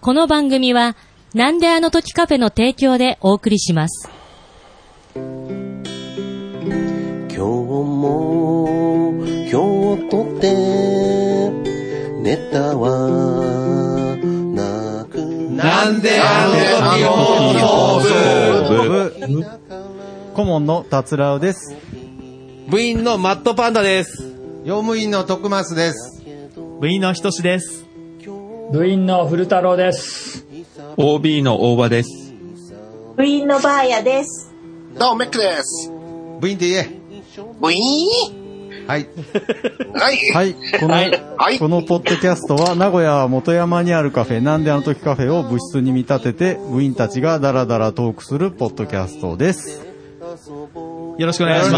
この番組は、なんであの時カフェの提供でお送りします。今日も今日とってネタはなくなんであの時放送部顧問の達郎です。部部員のマットパンダです。用務員の徳増です。部員のひとしです。部員の古太郎です。 OB の大場です。部員のバーヤです。どうも、メックです。部員で言ブイーえ。はい。ンはい。はい。この、はいこのポッドキャストは、名古屋元山にあるカフェ、なんであの時カフェを部室に見立てて、部員たちがダラダラトークするポッドキャストです。よろしくお願いしち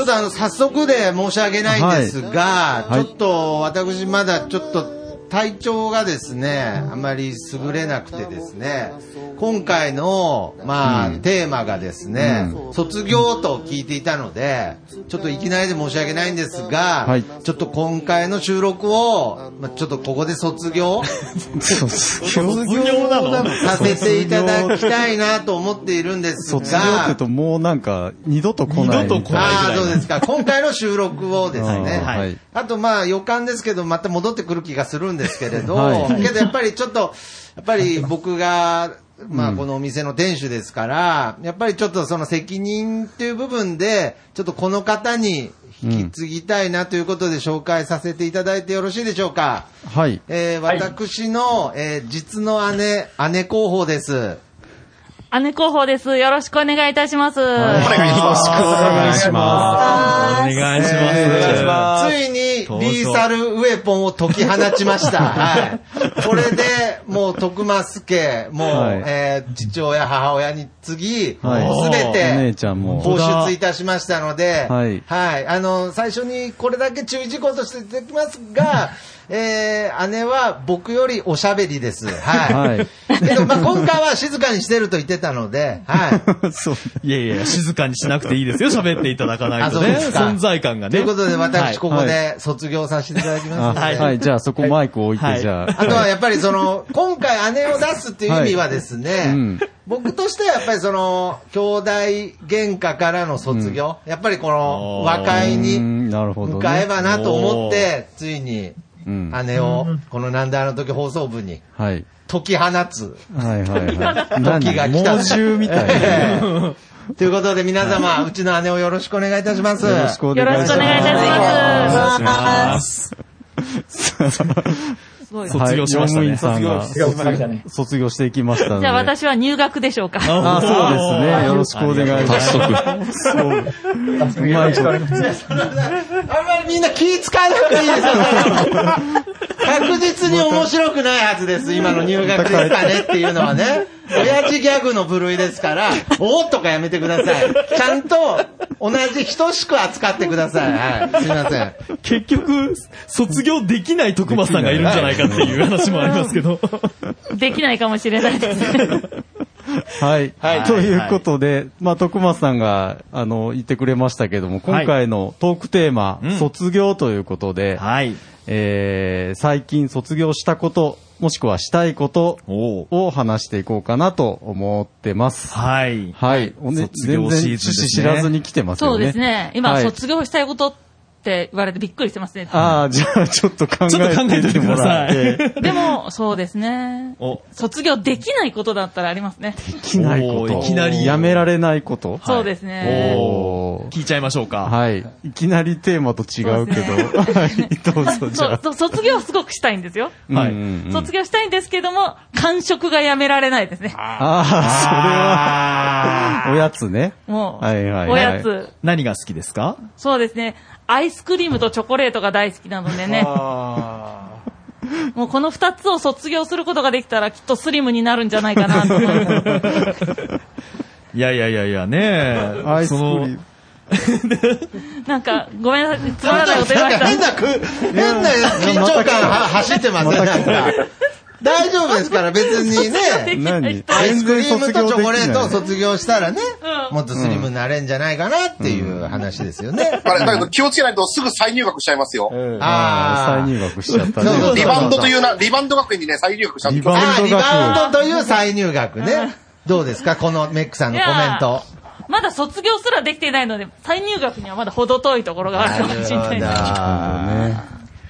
ょっとあの、早速で申し訳ないんですが、はいちょっと私まだちょっと体調がですね、あまり優れなくてですね、今回の、まあ、テーマがですね、卒業と聞いていたので、ちょっといきなりで申し訳ないんですが、はいちょっと今回の収録を、まあ、ちょっとここで卒業 卒業なのさせていただきたいなと思っているんですが、卒業ってともうなんか、二度と来ない。二度と来ないああ、そうですか。今回の収録をですね。はいはいあと、まあ、予感ですけど、また戻ってくる気がするんですけれど、 はいけどやっぱりちょっと、やっぱり僕 が、まあ、このお店の店主ですから、やっぱりちょっとその責任っていう部分で、ちょっとこの方に引き継ぎたいなということで紹介させていただいてよろしいでしょうか。はい。えーはい私の、えー実の姉、姉候補です。姉候補です。よろしくお願いいたします。ます。よろしくお願いします。お願いします。ついにリーサルウェポンを解き放ちま した。はい。これで、もう徳増家、もう、はいえー父親、母親に次、はいすべお姉て、ちゃんも。放出いたしましたので、はいあの、最初にこれだけ注意事項としていただきます が、えー姉は僕よりおしゃべりです。はい。はい けど、まあ、今回は静かにしてると言ってたので、はい。 そう。いやいや、静かにしなくていいですよ。喋っていただかないとあそうね。ですか存在感がとね。いうことで、私、ここはで卒業させていただきますのあで。はい。はい。じゃあそこマイク置いはて、いじゃあとあ。はやっぱりその、今回姉を出すっていう意味はですね、いうん僕としてはやっぱりその、兄弟喧嘩からの卒業、やっぱりこの、和解うーにんなるほど向ねかえばなと思って、ついにうん。姉を、このなんであの時放送部にはい。解き放つ。はいはいはい。何 時が来た猛獣みたいな。よ ということで皆様、うちの姉をよろしくお願いいたします。ろしくおよろ願いししくお願いいたまします。す。すごい。じ卒業しましたねはい、さんが卒業しましたね卒業していきましたので。ゃあ私は入学でしょうか。あ、そうですね。よろしくお願いします。そう。うまいこと。あんまりみんな気使わなくていいですよ。確実に面白くないはずです。今の入学ですかねっていうのはね。親父ギャグの部類ですから、おーとかやめてください。ちゃんと同じ等しく扱ってください。はい。すいません。結局、卒業できない徳間さんがいるんじゃないかっていう話もありますけど。できないかもしれないです ね。はい。はいということで、まあ、徳松さんが、あの、言ってくれましたけども、今回のトークテーマ、うん卒業ということで、はい。えー最近卒業したこと、もしくはしたいことおうを話していこうかなと思ってます。はい。はい。おね卒全業シーズンですね然趣旨知らずに来てますよね。そうですね。今、はい卒業したいことって言われてびっくりしてますね。ああ、じゃあちょっと考えちょっと考えててみてみてもくだらっさいて。でも、そうですね。 お、卒業できないことだったらあります ね。できないこおと。ーいきなりやめられないこと。そうですね。おー聞いちゃいましょうか。はい。いきなりテーマと違うけど。そはい。どうぞ、じゃそあ。そ卒業すごくしたいんですよ。はいうんうんうん卒業したいんですけども、感触がやめられないですね。ああ、それは、おやつね。もう、はいはいはいおやつ。何が好きですかそうですね。アイスクリームとチョコレートが大好きなのでね。 もうこの二つを卒業することができたらきっとスリムになるんじゃないかなと思います。いやいやいやいや、ねえ。アイスクリーム。なんか、ごめんなさい。つまならないんかこと言われた。変なく、変な緊張感は走ってません、なんか。大丈夫ですから、別にね。何アイスクリームとチョコレートを卒業卒業でしたらね、うんもっとスリムになれんじゃないかなっていう話ですよね。あれだけど気をつけないとすぐ再入学しちゃいますよき。ない。あーああ、再入学しちゃったそうそうそうね。リバウンドというな、リバウンド学園にね、再入学しちゃっリた。バあウーンリド学バウンドという再入学ね。どうですかこのメックさんのコメント。まだ卒業すらできていないので、再入学にはまだ程遠いところがあるかもしれないです。あなるほどね。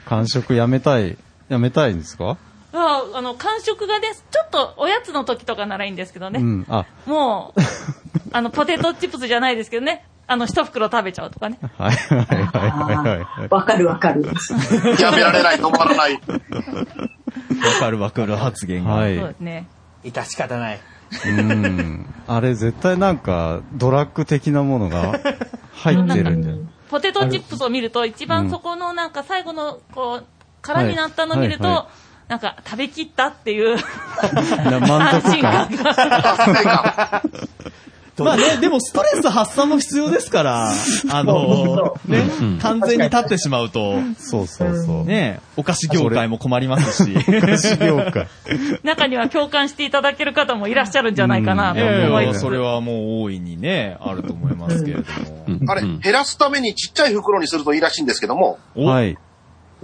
完食やめたい。やめたいんですかあの、感触がです。ちょっとおやつの時とかならいいんですけどうね。ん。あ、もう、あの、ポテトチップスじゃないですけどね。あの、一袋食べちゃうとかね。はいはいはいはいはい。 わかるわかる。やめられない、止まらない。わかるわかる発言が。はい。そうですね。致し方ない。うん。あれ絶対なんか、ドラッグ的なものが入ってるんじゃないポテトチップスを見ると、一番そこのなんか最後の、こう、は空いになったのを見ると、はいはなんか食べきったっていうな満安足心感。感が。 まあね、でもストレス発散も必要で すから、あの、ね、完全に立ってしまうと、そうそうそう。ね、お菓子業界も困りますし。菓子業界。中には共感していただける方もいらっしゃる んじゃないかなといや思いいやます。それはもう大いにね、あると思いますけれども。あれ、減らすためにちっちゃい袋にするといいらしいんですけども、おはい。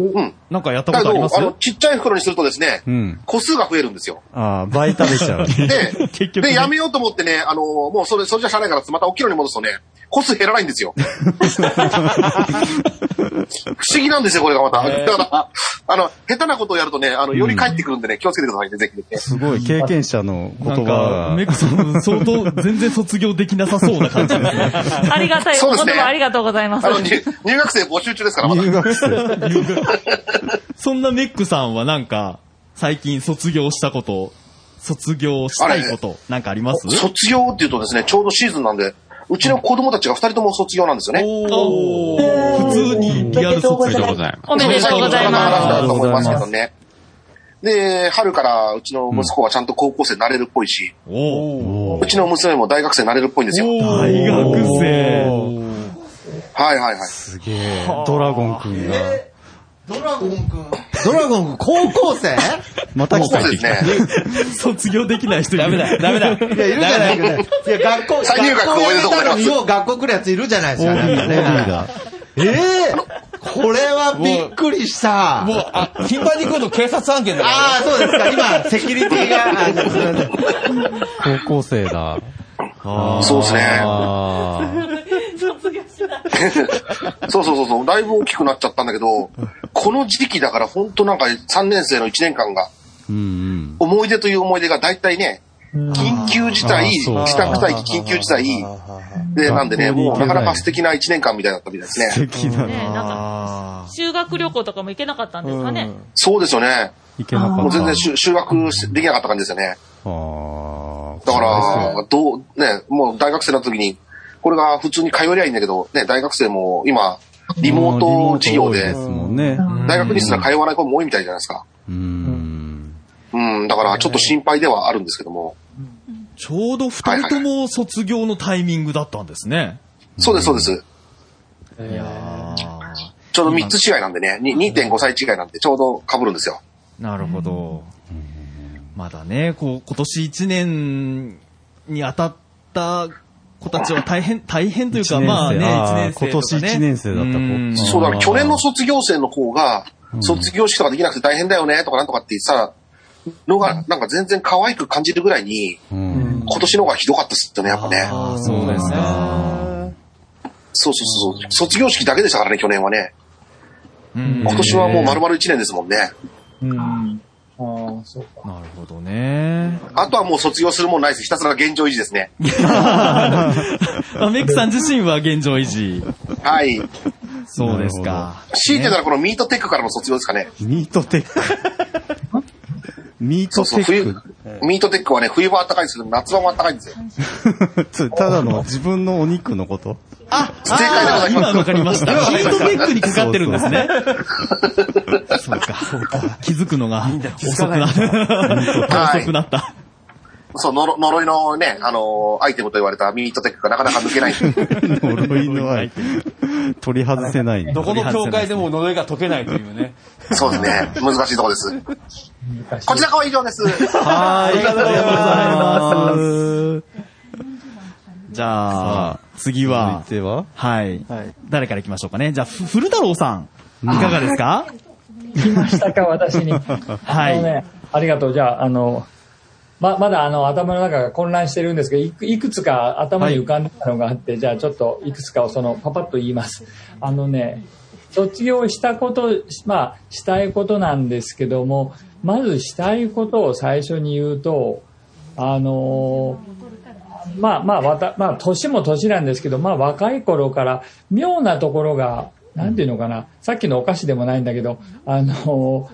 うん。なんかやったこだけとありど、ますあの、ちっちゃい袋にするとですねう、ん。個数が増えるんですよ。ああ、倍食べち ゃう。で、結局ねで、やめようと思ってね、あのーもうそれ、それじゃしゃあないから、またおキロに戻すとね、個数減らないんですよ。不思議なんですよ、これがまた。だから、あの、下手なことをやるとね、あの、より返ってくるんでね、気をつけてくださいね、ぜひね。すごい経験者の言なんか葉、メが。クさん、相当、全然卒業できなさそうな感じですね。 ありがたい。そうおで言すね葉ありがとうございますあ。の、入入学生募集中ですから、まだ。入学生。そんなメックさんはなんか、最近卒業したこと、卒業したいこと、なんかあります卒業っていうとですね、ちょうどシーズンなんで、うちの子供たちが二人とも卒業なんですよね。おー普通にリアルお卒め業でとうございおめでとうござい話まだと思いますけどね。で、春からうちの息子はちゃんと高校生になれるっぽいし、おうちの娘も大学生になれるっぽいんですよ。はい大学生。はいはい。すげえ。ドラゴンくんが。ドラゴンくん。ドラゴンくん、高校生また高来校た生ですね。 卒業できない人いる。ダメだ、ダメだ。いや、いるじゃないですか。いや、学校、再入学学校おめでとうございますやめたのによう学校来るやついるじゃないですか。なんか OB ねが。ええこれはびっくりした。もう、あ、頻繁に来ると警察案件だからああ、そうですか。今、セキュリティが。あじゃあすいません高校生だ。あーそうですねあ卒業しない。そうそうそうそう、だいぶ大きくなっちゃったんだけど、この時期だから本当なんか3年生の1年間が、ーうん思い出という思い出が大体ね、緊急事態、あーそう自宅待機、緊急事態、で、なんでね、学校に行もけうないなかなか素敵な1年間みたいだったみたいですうん。ね。敵だねな。なんか、修学旅行とかも行けなかったんですかね。そうですよね。いけなかった。もう全然修修学しできなかった感じですよね。ああ。だかそうですよら、どう、ね、もう大学生の時に、これが普通に通えりゃいいんだけど、ね、大学生も今、リモート授業リモーでト、多いですもんね。大学にすら通わない子も多いみたいじゃないですか。うん。うん、だからちょっと心配ではあるんですけども。ちょうど二人とも卒業のタイミングだったんですね。そうです、そうです。いやーちょうど3つ違いなんでね、に2.5歳違いなんで、ちょうど被るんですよ。なるほど。まだね、こう、今年一年に当たった子たちは大変、大変というか、一年生まあね、あー一年生とか、ね。今年一年生だった子うんあーそう、だから去年の卒業生の子が、卒業式とかできなくて大変だよね、とかなんとかって言ってたのが、なんか全然可愛く感じるぐらいに、うん。今年の方がひどかったっすよね、やっぱね。ああ、そうですか。そうそうそうそう。卒業式だけでしたからね、去年はね。うん今年はもう丸々1年ですもんね。うん。ああ、そうか。なるほどね。あとはもう卒業するもんないです。ひたすら現状維持ですね。あメックさん自身は現状維持。はい。そうですか。強いてたらこのミートテックからの卒業ですかね。ミートテック。ミーそトうそう、冬テック。、ミートテックはね、冬場は暖かいんですけど、夏場も暖かいんですよ。それ ただの自分のお肉のこと正解でございます今。わかり ました。ヒートベックにかかってるんですね。そうか、そうか。気づくのが遅くなった。はい遅くなった。そう、呪呪いのね、あのーアイテムと言われたミートテックがなかなか抜けない。呪いの愛。取り外せないんだどこの教会でも呪いが解けないというね。そうですね。難しいとこです。こちら側以上です。はーいありがとうございますじゃあ、次は。続いてははい。誰から行きましょうかね。じゃあ、ふ古太郎さん、いかがですか来ましたか、私に。 はい。あのね、ありがとう。じゃあ、あの、ま、まだあの、頭の中が混乱してるんですけど、いくいくつか頭に浮かんでたのがあって、じゃあちょっといくつかをその、パパッと言います。あのね、卒業したこと、まあ、したいことなんですけども、まずしたいことを最初に言うと、あのまあまあ、わた、まあ、年も年なんですけど、まあ若い頃から、妙なところが、なんていうのかな、さっきのお菓子でもないんだけど、あの、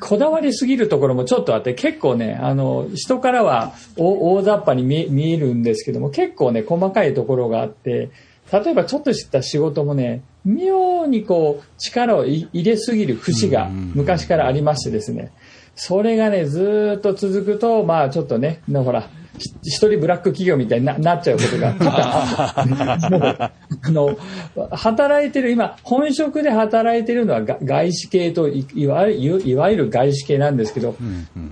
こだわりすぎるところもちょっとあって、結構ね、あの、人からはお大雑把に見え見えるんですけども、結構ね、細かいところがあって、例えばちょっとした仕事もね、妙にこう、力をい入れすぎる節が昔からありましてですね、それがね、ずーっと続くと、まあちょっとね、のほら、ひ一人ブラック企業みたいにななっちゃうことがもう、あの、働いてる、今、本職で働いてるのはが外資系といいわゆる、いわゆる外資系なんですけど、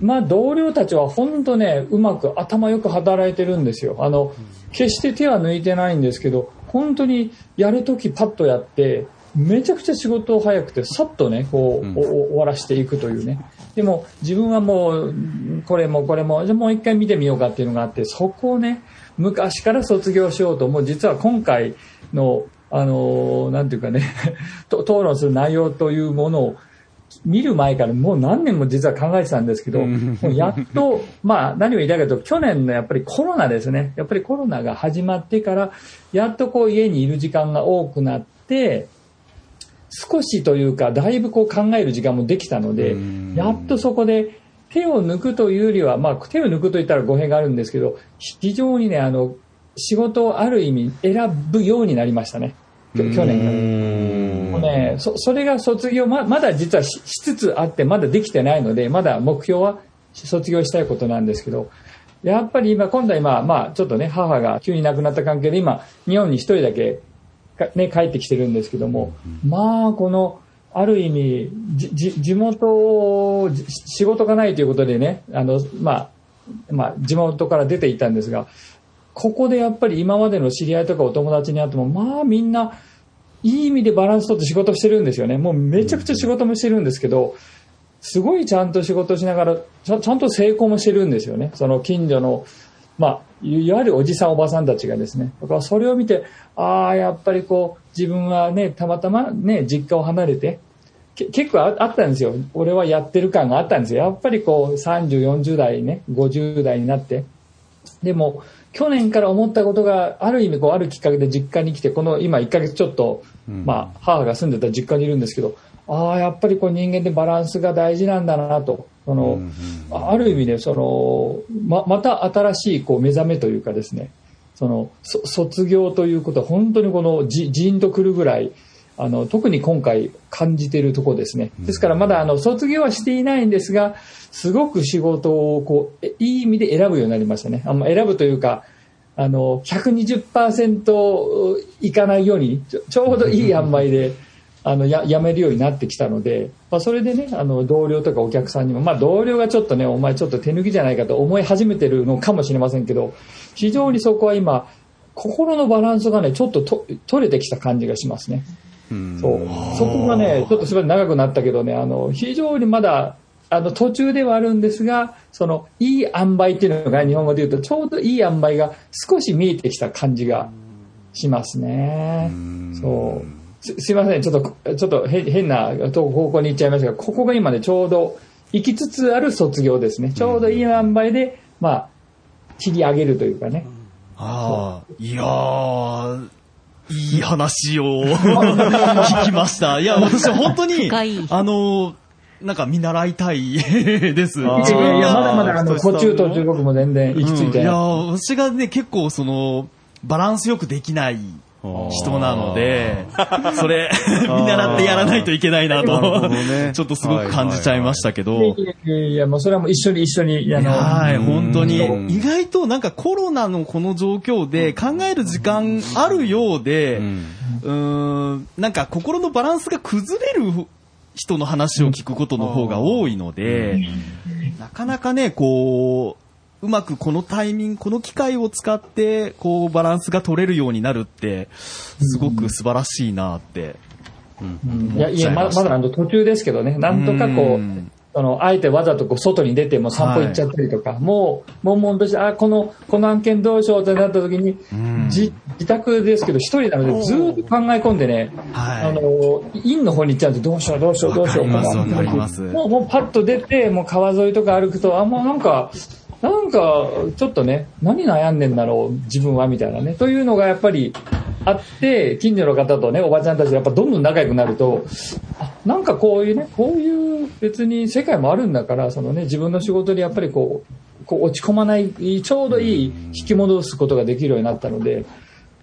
まあ、同僚たちは本当ね、うまく頭よく働いてるんですよ。あの、決して手は抜いてないんですけど、本当にやるときパッとやって、めちゃくちゃ仕事を早くて、さっとね、こう、おお終わらしていくというね。でも、自分はもう、んこれもこれも、じゃあもう一回見てみようかっていうのがあって、そこをね、昔から卒業しようと、もう実は今回の、あのー、なんていうかね、 と討論する内容というものを、見る前からもう何年も実は考えてたんですけど、もうやっと、まあ何を言いたいかというと、去年のやっぱりコロナですね。やっぱりコロナが始まってから、やっとこう家にいる時間が多くなって、少しというか、だいぶこう考える時間もできたので、やっとそこで手を抜くというよりは、まあ手を抜くと言ったら語弊があるんですけど、非常にね、あの、仕事をある意味選ぶようになりましたね。きょ去年から。もうね、そそれが卒業ま、まだ実はししつつあって、まだできてないので、まだ目標は卒業したいことなんですけど、やっぱり今、今度は今、まあ、ちょっとね、母が急に亡くなった関係で、今、日本に一人だけかね、帰ってきてるんですけども、まあ、この、ある意味、じ、じ、地元を、じ仕事がないということでね、あの、まあ、まあ、地元から出ていったんですが、ここでやっぱり今までの知り合いとかお友達に会っても、まあみんな、いい意味でバランス取って仕事してるんですよね。もうめちゃくちゃ仕事もしてるんですけど、すごいちゃんと仕事しながら、ちゃちゃんと成功もしてるんですよね。その近所の、まあ、いいわゆるおじさんおばさんたちがですね。だからそれを見て、ああ、やっぱりこう、自分はね、たまたまね、実家を離れて、け結構ああったんですよ。俺はやってる感があったんですよ。やっぱりこう、30、40代ね、50代になって、でも、去年から思ったことが、ある意味、こう、あるきっかけで実家に来て、この今1ヶ月ちょっと、まあ、母が住んでた実家にいるんですけど、ああ、やっぱりこう人間ってバランスが大事なんだなと、その、あある意味で、その、ま、また新しい、こう、目覚めというかですね、その、そ卒業ということは、本当にこの、じ、じーんとくるぐらい、あの、特に今回感じているところですね。ですからまだあの、卒業はしていないんですが、すごく仕事をこう、えいい意味で選ぶようになりましたね。あんま選ぶというか、あの、120%いかないように、ちょちょうどいい塩梅で、あの、や、やめるようになってきたので、まあ、それでね、あの、同僚とかお客さんにも、まあ、同僚がちょっとね、お前ちょっと手抜きじゃないかと思い始めてるのかもしれませんけど、非常にそこは今、心のバランスがね、ちょっとと取れてきた感じがしますね。そう。そこがね、ちょっとすごい長くなったけどね、あの、非常にまだ、あの、途中ではあるんですが、その、いい塩梅っていうのが、日本語で言うと、ちょうどいい塩梅が少し見えてきた感じがしますね。そう。すすいません、ちょっと、ちょっとへ変なと方向に行っちゃいましたが、ここが今ね、ちょうど、行きつつある卒業ですね。ちょうどいい塩梅で、まあ、切り上げるというかね。ああ、いやー、いい話を聞きました。いや、私本当に、あの、なんか見習いたいです。いやいや、まだまだあの、途中途中僕も全然行き着いうんいてやない。私がね、結構その、バランスよくできない人なので、それ、 見習ってやらないといけないななるほとどね、 ちょっとすごく感じちゃいましたけど、いやいやいや、もうそれはもう一緒に一緒に、あの、はい、本当にうん。意外となんかコロナのこの状況で考える時間あるようで、うーん、なんか心のバランスが崩れる人の話を聞くことの方が多いので、なかなかね、こう、うまくこのタイミング、この機会を使って、こう、バランスが取れるようになるって、すごく素晴らしいなって。いや、いや、まだまだあの途中ですけどね、なんとかこう、その、あえてわざとこう外に出てもう散歩行っちゃったりとか、もう、悶々として、あ、この、この案件どうしようってなった時に、じ自宅ですけど、一人なのでずーっと考え込んでね、あの、院の方に行っちゃうんで、どうしよう、どうしよう、どうしよう、わかりますもうわかりますもう、もうパッと出て、もう川沿いとか歩くと、あ、もうなんか、なんか、ちょっとね、何悩んでんだろう、自分は、みたいなね。というのがやっぱりあって、近所の方とね、おばちゃんたちがやっぱどんどん仲良くなると、あなんかこういうね、こういう別に世界もあるんだから、そのね、自分の仕事にやっぱりこう、こう落ち込まない、ちょうどいい引き戻すことができるようになったので、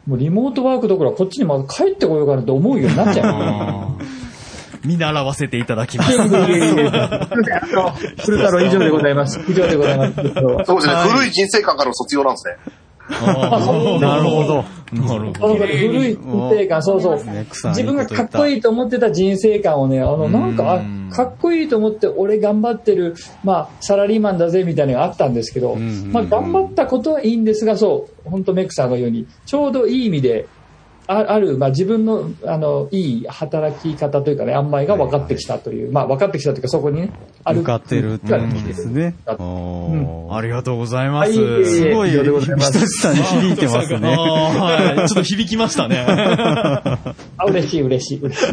もうリモートワークどころかこっちにまた帰ってこようかなと思うようになっちゃう。見習わせていただきます。古太郎以上でございます。以上でございます。そうですね、古い人生観からの卒業なんですね。なるほど。なるそうそう古い人生観、そうそう。自分がかっこいいと思ってた人生観をね、あの、なんか、あかっこいいと思って、俺頑張ってる、まあ、サラリーマンだぜ、みたいなのがあったんですけど、まあ、頑張ったことはいいんですが、そう、本当メックさんが言うように、ちょうどいい意味で、あある、まあ、自分の、あの、いい働き方というかね、塩梅が分かってきたという、まあ、分かってきたというか、そこにね、ある。向かってるっていうことですね。ありがとうございます。あいえいえいえすごい、ありがとうございますひとしさんに響いてますあね。ーはいちょっと響きましたね。 あ、嬉しい、嬉しい、嬉し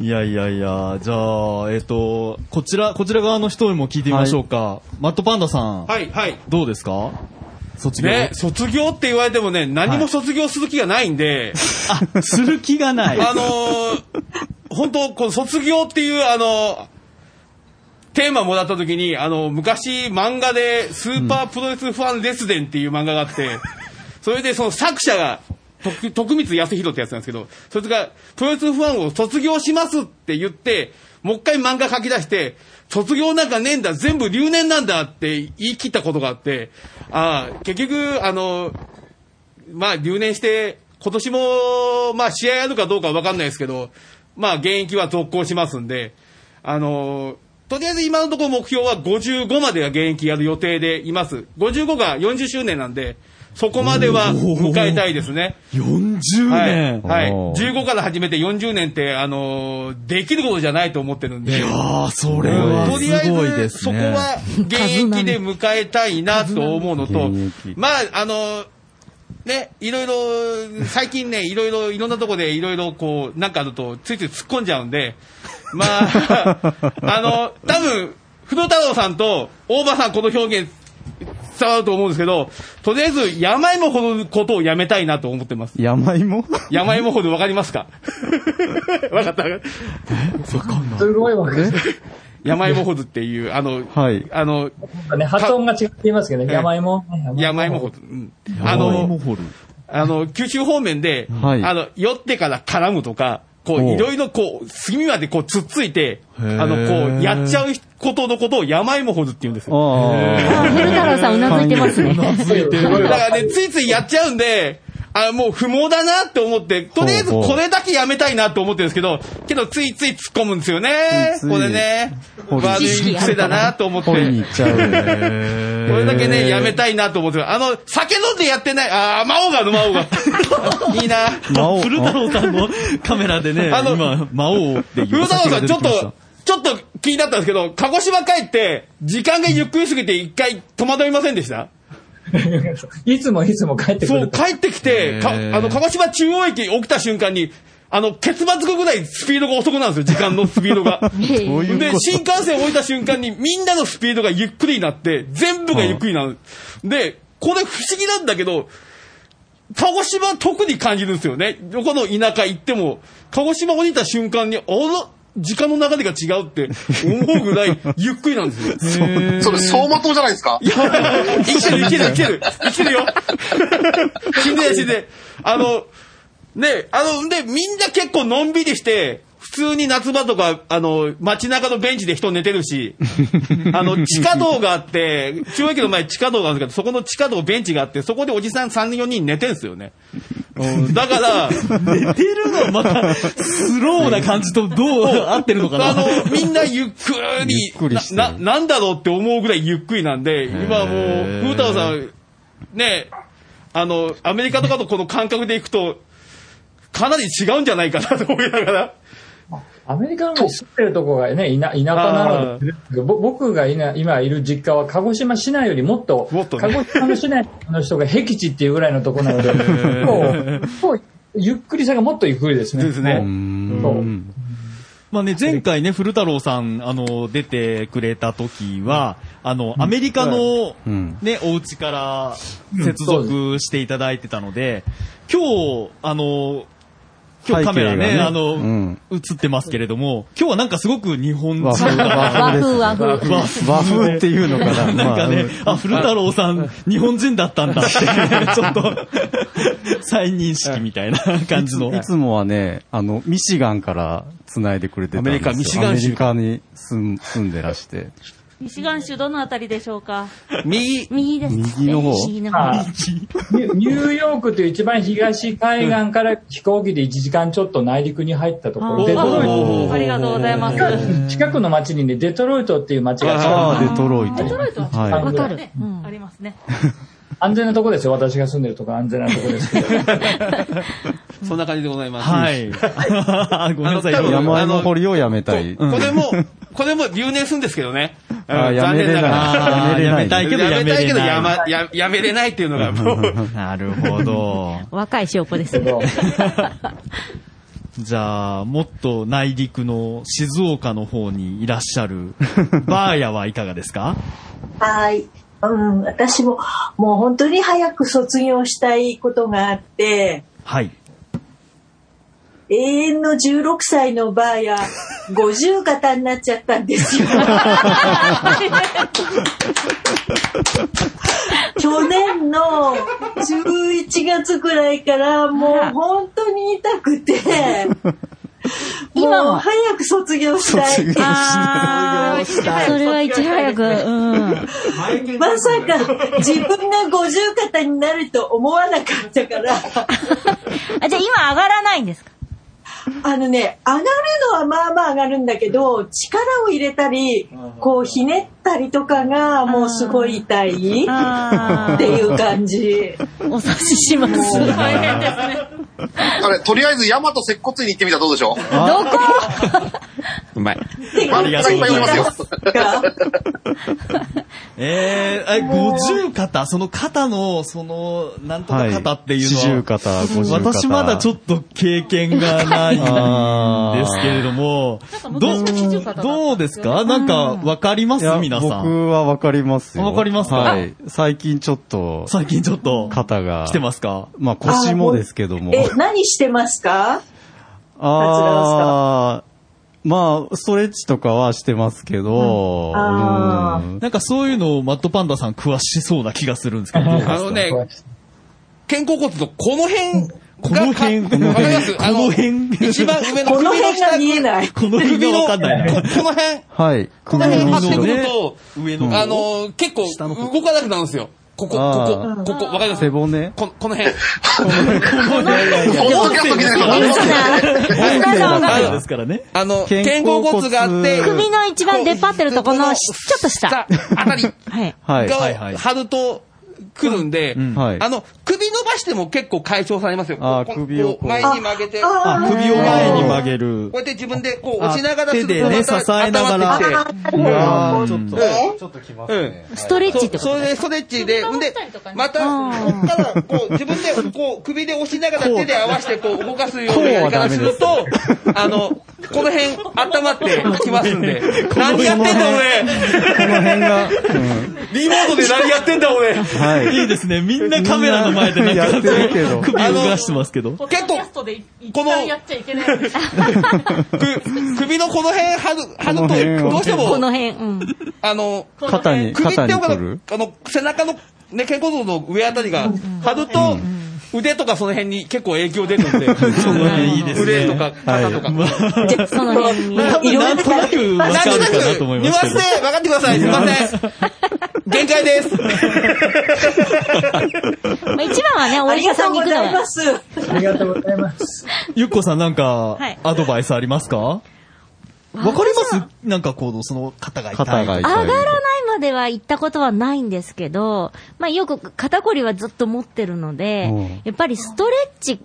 い。いやいやいや、じゃあ、えっ、と、こちら、こちら側の人にも聞いてみましょうか。マットパンダさん。はい、はい。どうですか卒業。ね、卒業って言われてもね、何も卒業する気がないんで、する気がない。あのー、本当この卒業っていう、あのーテーマもらった時に、あのー昔漫画で、スーパープロレスファン列伝っていう漫画があって、 それでその作者が、徳徳光康弘ってやつなんですけど、そいつが、プロレスファンを卒業しますって言って、もう一回漫画書き出して、卒業なんかねえんだ、全部留年なんだって言い切ったことがあって、ああ、結局、あのー、まあ留年して、今年も、まあ試合やるかどうかは分かんないですけど、まあ現役は続行しますんで、あのーとりあえず今のところ目標は55までは現役やる予定でいます。55が40周年なんで、そこまでは迎えたいですね。 40年。はい。はいおー15から始めて40年って、あのーできることじゃないと思ってるんで。いやー、それはとりあえすごいず、ですそこね。は現役で迎えたいなと思うのと、まあ、あの、ね、いろいろ、最近ね、い ろいろ、いろんなとこでいろいろこう、なんかあると、ついつい突っ込んじゃうんで、ま あ、あの、多分、不動太郎さんと大場さんこの表現伝わると思うんですけど、とりあえず、山芋ほどのことをやめたいなと思ってます。山芋山芋ほどわかりますか わかったすごいわけです。山芋ほどっていう、あの、はい。あの、ね、発音が違っていますけどね、山芋。山芋掘る。うんあの、あの、九州方面で、はいあの、酔ってから絡むとか、こう、おういろいろこう、隅までこう、つっついて、あーの、こう、やっちゃうことのことを山芋掘るって言うんですよ。古太郎さんうなずいてますね。 だからね、ついついやっちゃうんで、あもう不毛だなって思って、とりあえずほうほうこれだけやめたいなと思ってるんですけど、けどついつい突っ込むんですよね。ついついこれね。掘り悪い癖だなと思って。掘りに行っちゃうよねこれだけね、やめたいなと思ってますあの、酒飲んでやってない、あー、魔王がの魔王が。いいな。古太郎さんのカメラでね、あの今、魔王っていう古お田酒がさん、出ちてょっきましたと、ちょっと気になったんですけど、鹿児島帰って、時間がゆっくりすぎて一回戸惑いませんでしたいつもいつも帰ってくそるう、。帰ってきて、か、あへーの、鹿児島中央駅起きた瞬間に、あの、結末後ぐらいスピードが遅くなるんですよ、時間のスピー ドが。ういうことで、新幹線降りた瞬間にみんなのスピードがゆっくりになって、全部がゆっくりになる。で、これ不思議なんだけど、鹿児島は特に感じるんですよね。どこの田舎行っても、鹿児島降りた瞬間に、あら、時間の流れが違うって思うぐらいゆっくりなんですよ。それ、相馬灯じゃないですかいや、 生きてる、生きてる、生きてる。生きてるよ。死んでない、死んでない。あの、で、あの、で、みんな結構のんびりして、普通に夏場とか、あの、街中のベンチで人寝てるし、あの、地下道があって、中央駅の前地下道があるんですけど、そこの地下道ベンチがあって、そこでおじさん3、4人寝てんすよね。うんだから、寝てるのまた、スローな感じとどう合ってるのか なあの、みんなゆっくり、な、ななんだろうって思うぐらいゆっくりなんで、今もう、ふーたおさん、ね、あの、アメリカとかとこの感覚でいくと、かなり違うんじゃないかなと思いながら。アメリカの住んでるとこがね、田田舎なので、ぼ僕がいな今いる実家は鹿児島市内よりもっと、鹿児島の市内の人が僻地っていうぐらいのとこなので、もうもうゆっくりさがもっとゆっくりですね。ですねもうそうまあね、前回ね、古太郎さん、あの、出てくれた時は、あの、 アメリカの、ね、お家から接続していただいてたので、今日、あの、今日カメラ背景ね、がねあの、 映ってますけれども、今日はなんかすごく日本和風和風です和風和風和風和風っていうのかな なんかね、まああ、古太郎さん、日本人だったんだって、ちょっと、再認識みたいな感じの。いつもはね、あの、ミシガンから繋いでくれてたんですよ。アメリカミシガン州アメリカに住ん住んでらして。ミシガン州どのあたりでしょうか右。右です。右の方右のあ方。ニュニューヨークという一番東海岸から飛行機で1時間ちょっと内陸に入ったところ、あデトロイおート。ありがとうございます近くの町にね、デトロイトっていう町がああ、近デトロイト。デトロイトははいわかはるい。うんありますね。安全なとこですよ、私が住んでるとこ安全なとこですけど。そんな感じでございます。はい。 ごめんなさいあの多分山の掘りをやめたい。これも、 これも留年するんですけどね。あうんやめれな残念ないがらやめれないやめたいけどやまやめれないややめれないっていうのがも う。 なるほど。若い証拠ですね。じゃあ、もっと内陸の静岡の方にいらっしゃる、バーヤはいかがですかはい。うん、私も、もう本当に早く卒業したいことがあって、 はい。永遠の16歳のバーや、50型になっちゃったんですよ。 去年の11月ぐらいから、もう本当に痛くて、今はもう早く卒業したい。卒業したいあー卒業したいそれはいち早くうんまさか自分が五十肩になると思わなかった から。あ、じゃあ今上がらないんですかあのね、上がるのはまあまあ上がるんだけど、力を入れたり、こうひねったりとかがもうすごい痛いっていう感じ。お察しします。あれ、とりあえず、大和接骨院に行ってみたらどうでしょうどこうまい。ありがとうございますよ。えー、え、五十肩その肩の、その、なんとか肩っていうのは。はい四十肩五十肩私まだちょっと経験がないんですけれども、どう、どうですかなんかわかります皆さん。僕はわかりますよ。あわかりますかはい。最近ちょっと。最近ちょっと。肩が。来てますかまあ腰もですけども。え、何してますかああ、まあ、ストレッチとかはしてますけど、あうんなんかそういうのをマットパンダさん詳しそうな気がするんですけど。どうですかあのね、肩甲骨とこの辺が、この辺わかりますこの辺一番上のこ首のの辺が下見えない。この首の、こないの辺、はい。この辺張ってくるねと、上のあの、結構動かなくなるんですよ。ここ、あこーこ、ここ、わかります背骨ここの辺。ポッドキャスト聞いてる音声音声がわかるですからね。あの、肩肩甲骨があって、首の一番出っ張ってるとこの、しちょっと下。あたりはい。が張ると来るんで、はい。あの、首伸ばしても結構解消されますよ。あーこう首をこう前に曲げて、こあ、首を前に曲げるう。やって自分でこう押しながら手でね、支えながら。温まってきてうわーちょっとうんちょっときまうん。ストレッチってことそれでストレッチで、んで、また、こっから、こう、自分で、こう、首で押しながら手で合わせて、こう、動かすようなやり方すると、あの、この辺、温まってきますんで。何やってんだ、俺この辺が、うんリモートで何やってんだ、俺はい。いいですね。みんなカメラの前でなんかやってるけど首を動かしてますけど。結構、この、く首のこの辺はる、はこの辺ると、をどうしても、この辺、うん。あの、肩に、首って肩にほら来るあの、背中の、ね、肩甲骨の上あたりが張ると、腕とかその辺に結構影響出るんで。その辺いいですね。腕とか肩とか。その辺に。多分なんとなく分かるかなと思いますけど。ニュアンスで分かってください。すみません。限界です。まあ一番はね、お医者さんに行くのは。ありがとうございます。ゆっこさんなんかはい、アドバイスありますかわかりますなんかこう、その肩が痛い。肩が上がらないまでは行ったことはないんですけど、まあよく肩こりはずっと持ってるのでうん、やっぱりストレッチ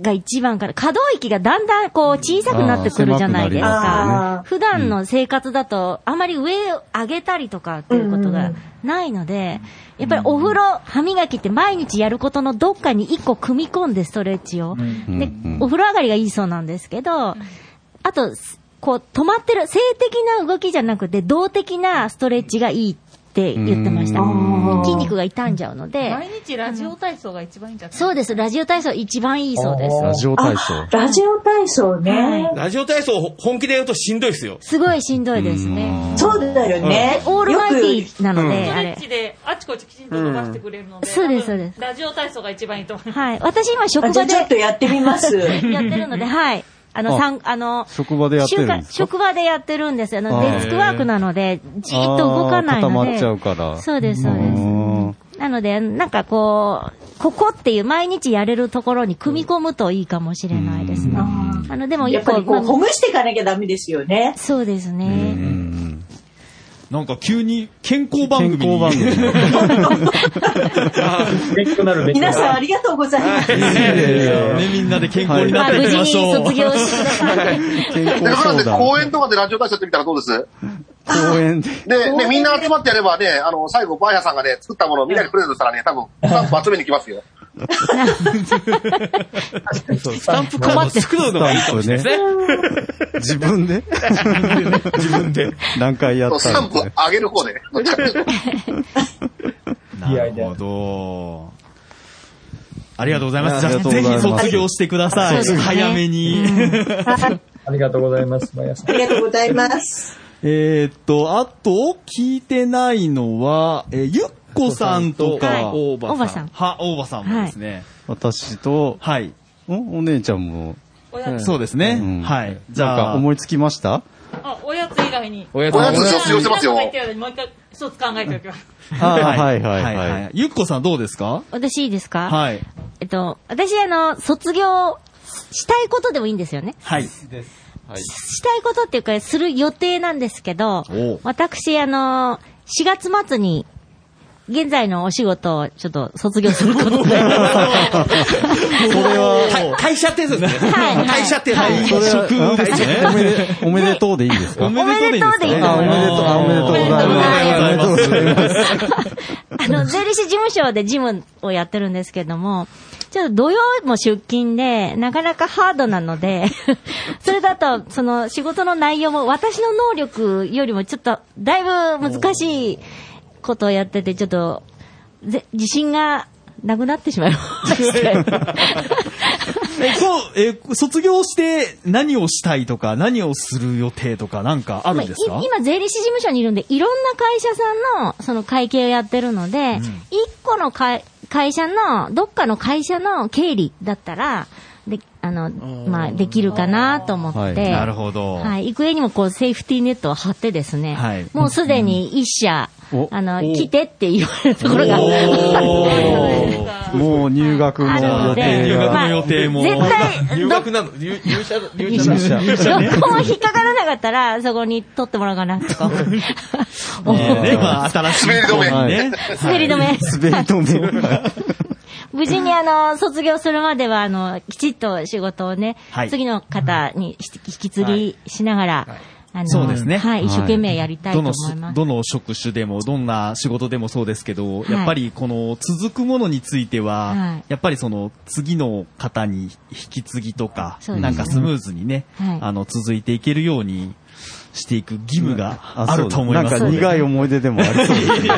が一番から、可動域がだんだんこう小さくなってくるじゃないですあー狭くなりますよかね。普段の生活だと、あまり上を上げたりとかっていうことがないので、やっぱりお風呂、歯磨きって毎日やることのどっかに一個組み込んでストレッチを。うんでうん、お風呂上がりがいいそうなんですけど、あと、すこう、止まってる、性的な動きじゃなくて、動的なストレッチがいいって言ってました。筋肉が傷んじゃうので、毎日ラジオ体操が一番いいんじゃないそうです、ラジオ体操一番いいそうです。ラジオ体操。ラジオ体操ね。ラジオ体操本気でやるとしんどいですよ。すごいしんどいですね。そうだよねオールマイティーなので、ストあレれッ。チであちこちきちんと伸ばしてくれるので、そうです、そうです。ラジオ体操が一番いいと思います。はい。私今職場で。あじゃあちょっとやってみま すやってるので、はい。あの、あさん、あの、職場でやってるんです習慣か職場でやってるんですよ。あのあーデスクワークなので、じーっと動かないので。あー固まっちゃうからそうです、そうです。なので、なんかこう、ここっていう毎日やれるところに組み込むといいかもしれないですね。あの、でもや一っぱ個、りこう、まあほぐしていかなきゃダメですよね。そうですね。なんか急に健康番組に。健康勉強になる 皆さんありがとうございます。ね、みんなで健康になっていきましょう。はいまあ無事に卒業してで、なんで公園とかでラジオ体操やってみたらどうです公園で。で、ね、みんな集まってやればね、あの、最後、バーヤさんがね、作ったものをみんなにプレゼントしたらね、多分、スタンプ集めに来ますよ。スタンプカード作るのがいいかもしれないですね。自分で自分で。何回やったスタらン。プ上げる方で。なるほど。ありがとうございます。じゃああ、りがとうござぜいまひす卒業してくださはいい。そうですね早めに。ありがとうございます、まやさん。ありがとうございます。えーっと、あと、聞いてないのは、えーゆっこさんとはいか、大場さん大場さん。は、大場さんもですね。私と、はい。お姉ちゃんも。そうですねんはいじゃなあんか思いつきましたあ、おやつ以外に。おやつおやつ卒業してますよ皆さんが言ったようにもう一回一つ考えておきます。はいはいはいはい。ゆっこさんどうですか私いいですかはい。えっと、私あの、卒業したいことでもいいんですよね。はい。したいことっていうか、する予定なんですけどお、私、あの、4月末に、現在のお仕事をちょっと卒業することで。た会社ってやつですね。はい会社ってやつはいそれはおめでおめでとうでいいんですかおめでとうでいいですかあ、おめでとう、あおめでとうございます。おめでとうございます。あの、税理士事務所で事務をやってるんですけども、ちょっと土曜も出勤で、なかなかハードなので、 それだと、その仕事の内容も私の能力よりもちょっと、だいぶ難しいことをやってて、ちょっと、ぜ自信がなくなってしまいまして。え、そう、え、卒業して何をしたいとか、何をする予定とか、なんかあるんですまかあい今、税理士事務所にいるんで、いろんな会社さんの、その会計をやってるので、一、個の会会社の、どっかの会社の経理だったら、で、あの、まあ、できるかなと思って、はいなるほどはい、幾重にもこう、セーフティーネットを張ってですね、はいもうすでに一社、おあの、お来てって言われるところが、 もう入学の予定が。あるので入学の予定も絶対入学なの入入社入社入社入社どこも引っかからなかったら、そこに取ってもらおうかなとか思 って。ねまあ、新しいコーナーね。滑り止めはい滑り止め。無事にあの、卒業するまでは、あの、きちっと仕事をね、はい次の方にし引き継ぎしながら、あの、そうですね。はい、一生懸命やりたいと思います。どの、どの職種でも、どんな仕事でもそうですけど、はいやっぱりこの続くものについては、はいやっぱりその次の方に引き継ぎとか、そうですねなんかスムーズにね、はいあの、続いていけるようにしていく義務があると思いますなんか苦い思い出でもありそうですね。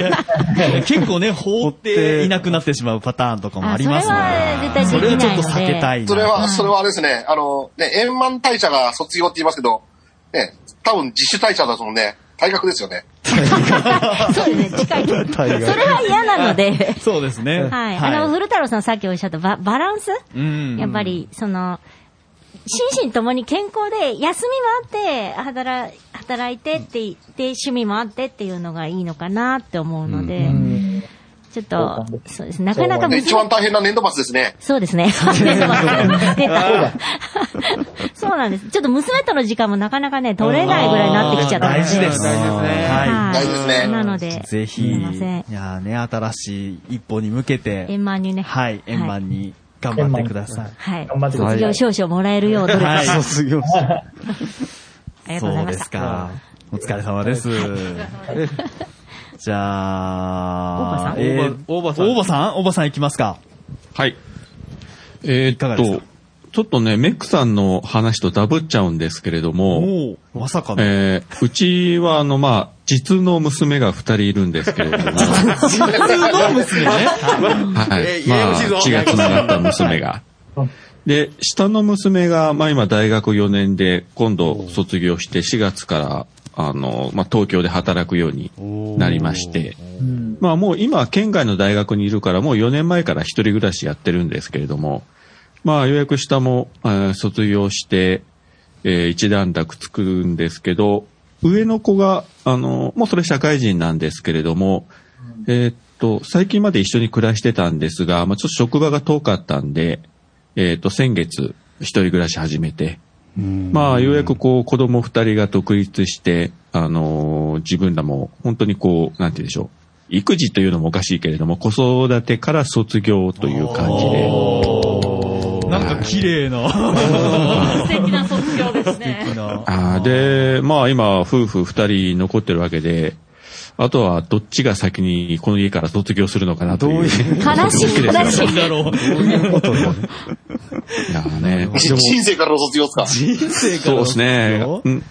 結構ね、放っていなくなってしまうパターンとかもありますので、あそそれれはは絶ち対でょっとき避けたいな。それは、それはあれですね、あの、ね、円満退社が卒業って言いますけど、ね、多分自主退社だと思うね、体格ですよね。そうですね、近い。それは嫌なので。そうですね。はい。あの、古太郎さんさっきおっしゃったババランスうんやっぱり、その、心身ともに健康で、休みもあって、働い働いてって言って、趣味もあってっていうのがいいのかなって思うので、ちょっと、そうですね、なかなか難しい一番大変な年度末ですね。そうですね。出た。そうなんです。ちょっと娘との時間もなかなかね、取れないぐらいになってきちゃったので。大事です。大事ですね。はい大事ですねなのでぜひ、すいいませんやーね、新しい一歩に向けて、円満にねはい、円満に頑張ってください。はい。頑張ってくださ卒い業証書もらえるよう、どれか。はい卒業証ありがとうございまそうしですた。か。お疲れ様です。じゃ大場さんあ、えー大場さん。大場さん大場さんいきますか。はい。えーっと、ちょっとね、メックさんの話とダブっちゃうんですけれども、おおまさかの。えーうちは、あの、まあ、実の娘が二人いるんですけれど も、実の娘ね。はいえ。ーややまこあしいぞ、血が繋がった娘 が。で、下の娘が、まあ今大学4年で、今度卒業して4月から、あの、まあ東京で働くようになりまして、まあもう今、県外の大学にいるから、もう4年前から一人暮らしやってるんですけれども、まあようやく下も、えー卒業して、えー一段落作るんですけど、上の子が、あの、もうそれ社会人なんですけれども、えーっと、最近まで一緒に暮らしてたんですが、まあ、ちょっと職場が遠かったんで、えーっと、先月、一人暮らし始めて、まあ、ようやくこう、子供二人が独立して、あのー自分らも、本当にこう、なんて言うんでしょう。育児というのもおかしいけれども、子育てから卒業という感じで。なんか綺麗な。素敵な卒業ですね。ああで、まあ今、夫婦二人残ってるわけで、あとはどっちが先にこの家から卒業するのかなという。悲しい、悲しい。いやーね。人生からの卒業ですか人生そうですね。うん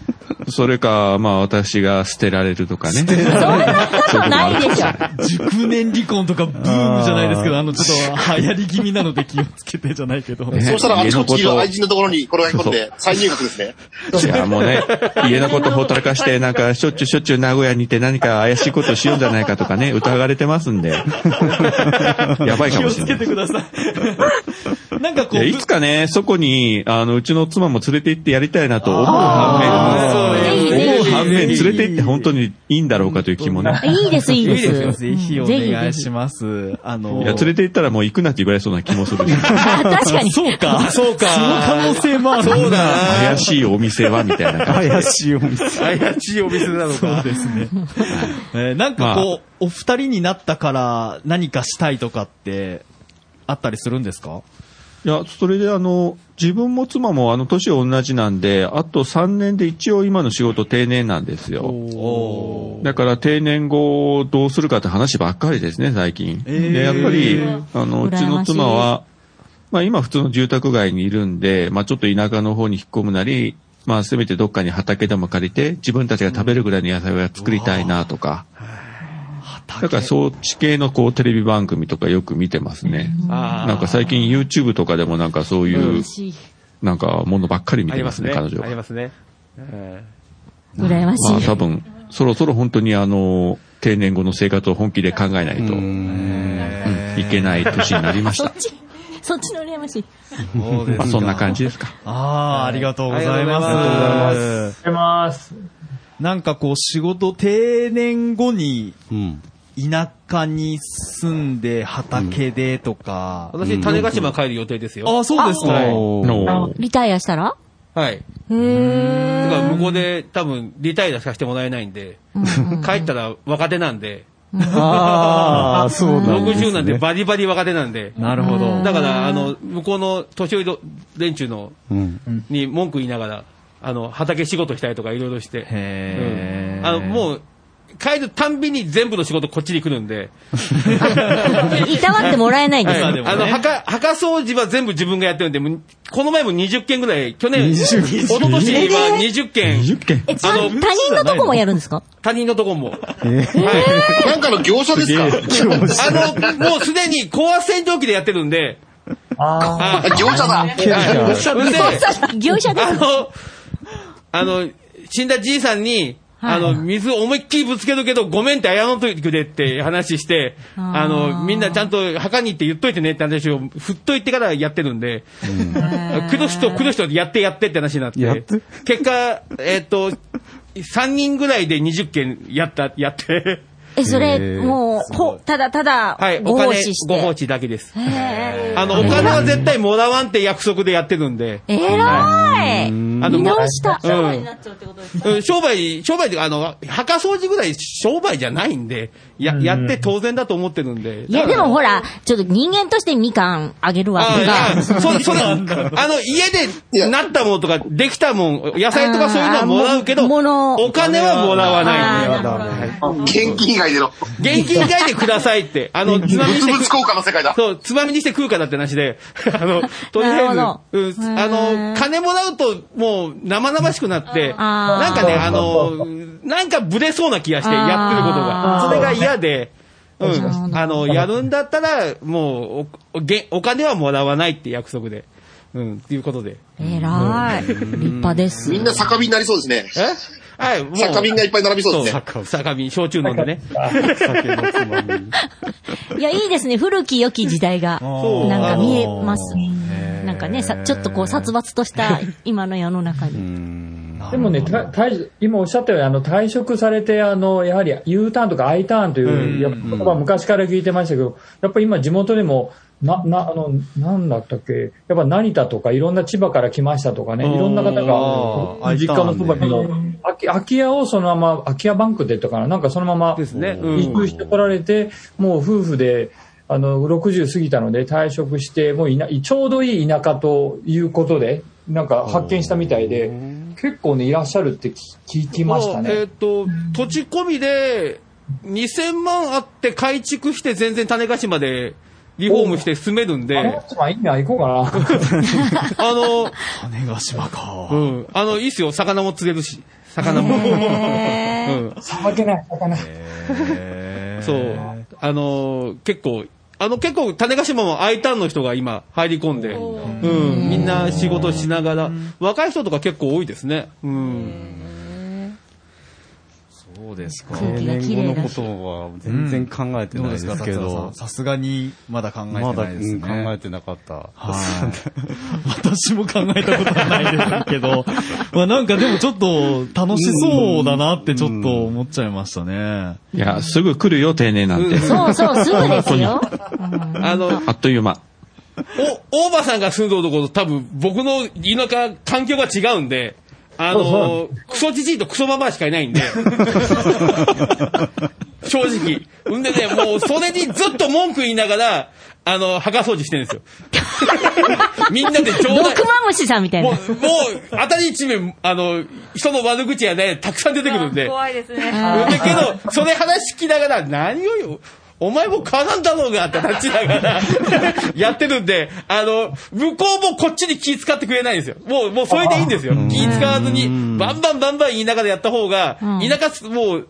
それか、まあ私が捨てられるとかね。そんなことないでしょ。熟年離婚とかブームじゃないですけど、あの、ちょっと流行り気味なので気をつけてじゃないけど。そうしたら、あちこちの愛人のところに転がり込んで、再入学ですね。いや、もうね、家のことほったらかして、なんか、しょっちゅうしょっちゅう名古屋にいて何か怪しいことしようんじゃないかとかね、疑われてます んで。やばいかもしれない。気をつけてください。なんかこいやいつかね、そこに、あの、うちの妻も連れて行ってやりたいなと思う反面、思う反面、連れて行って本当にいいんだろうかという気もね。いいです、いいです。ぜひお願いします。あの、いや、連れて行ったらもう行くなって言われそうな気もする。あ確かに。そうか、そうか。その可能性もある。 そうだ怪しいお店はみたいな感じで。怪しいお店。怪しいお店なのそうか。ですね。えーなんかこう、お二人になったから何かしたいとかって、あったりするんですかいや、それであの、自分も妻もあの、年同じなんで、あと3年で一応今の仕事定年なんですよ。だから定年後どうするかって話ばっかりですね、最近。えーで、やっぱり、あの、うちの羨ましい妻は、まあ今普通の住宅街にいるんで、まあちょっと田舎の方に引っ込むなり、まあせめてどっかに畑でも借りて、自分たちが食べるぐらいの野菜は作りたいなとか。だからそっち系のこうテレビ番組とかよく見てますね。なんか最近 YouTube とかでもなんかそういう、なんかものばっかり見あてりまますすね、ね。彼女はあり。ますね。うん羨ましい。まあ多分、そろそろ本当にあの、定年後の生活を本気で考えないと、うんいけない年になりま しそたっ。ち、そっちの羨ましい。そうですかまあそんな感じですか。ああ、ありがとうございます。ありがとうございますます。なんかこう仕事定年後に、田舎に住んで畑でとか。私、種子島帰る予定ですよ。あそうですかはいおリタイアしたらはい。へだーから向こうで多分リタイアさせてもらえないんで、帰ったら若手なんで。あーそうなんですね60なんてバリバリ若手なんで。なるほどだから、あの、向こうの年寄りど連中の、に文句言いながら、あの、畑仕事したりとかいろいろして。うんあの、もう、帰るたんびに全部の仕事こっちに来るんで。いたわってもらえないんですよはあの、墓、墓掃除は全部自分がやってるんで、もうこの前も20件ぐらい、去年、 20一昨年は20件。え、ちゃあん他人のとこもやるんですか他人のとこも。なんかの業者ですかあの、もうすでに高圧洗浄機でやってるんで。あ業者だ業者業者ですあの、あの、死んだじいさんに、あの、水を思いっきりぶつけるけど、ごめんって謝っといてくれって話して、ああの、みんなちゃんと墓に行って言っといてねって話を、振っといてからやってるんで、来る人来る人やってやってって話になって、結果、えっと、3人ぐらいで20件やった、やって、え、それ、もう、こう、ただただはい、、おご金奉仕し、ごて。放置だけです。へあの、お金は絶対もらわんって約束でやってるんで。えはらいあの見直した。うんうん商売、商売っていうか、あの、墓掃除ぐらい商売じゃないんで、や、やって当然だと思ってるんで。いや、でもほら、ちょっと人間としてみかんあげるわけが。そそれ、あの、家でなったものとか、できたもん、野菜とかそういうのはもらうけど、お金はもらわないんではい。現金以外での。現金以外でくださいって。あの、つまみにして。物交換の世界だ。そう、つまみにして食うからって話で。 あの、とりあえず、うんあの、金もらうと、もう、生々しくなって、なんかね、あの、 なんかブレそうな気がして、やってることが。あーそれが嫌で、うそうですん。あの、やるんだったら、もう、お、げお金はもらわないって約束で。うん、っていうことで。えらい。立派です。みんな酒瓶になりそうですね。えはい、もう酒瓶がいっぱい並びそうですね。そう酒瓶、焼酎飲んでね。いや、いいですね。古き良き時代が、そうなんか見えます。なんかね、さちょっとこう、殺伐とした今の世の中に。でもね、た退今おっしゃったように、あの、退職されて、あの、やはり U ターンとか I ターンという、やっぱ言葉昔から聞いてましたけど、やっぱり今地元でも、な、な、あの、なんだったっけ、やっぱ成田とかいろんな千葉から来ましたとかね、いろんな方あが、ー実家のそばに、空き空き家をそのまま、空き家バンクでとかな、なんかそのまま、ねうん移住してこられて、もう夫婦で、あの、60過ぎたので退職して、もういな、ちょうどいい田舎ということで、なんか発見したみたいで、結構ね、いらっしゃるって聞き聞きましたえねっ、。と、土地込みで、2000万あって改築して全然種子島でリフォームして住めるんで、あまあいいな、行こうかな。の、種子島か。うん、あの、いいっすよ、魚も釣れるし、魚 も。うん、さばけない、魚。そう、あの、結構、あの、結構、種子島も I ターンの人が今入り込んで、うん、みんな仕事しながら、若い人とか結構多いですね。うん。そうですか。定年後のことは全然考えてないですうんどけうですか達郎さどん。さすがにまだ考えてまだないですね。うん考えてなか った。 私も考えたことはないです けど、まあなんかでもちょっと楽しそうだなってちょっと思っちゃいましたね。いや、すぐ来るよ、定年 なんて。そうそう、すぐですよ。あの、あっという間。お、大場さんが住んどるところと多分僕の田舎、環境が違うんで、あのー、クソじじいとクソばばあしかいないんで、正直。んでね、もうそれにずっと文句言いながら、あの、墓掃除してるんですよ。みんなで冗毒談。マムシさんみたいな。もう、当たり一面、あの、人の悪口やね、たくさん出てくるんで。怖いですね。だけど、 それ話聞きながら、何をよ、お前も絡んだろうがって話しながら、 やってるんで、あの、向こうもこっちに気使ってくれないんですよ。もう、もうそれでいいんですよ。気使わずに、バンバンバンバン言いながらやった方が、うん田舎、もう、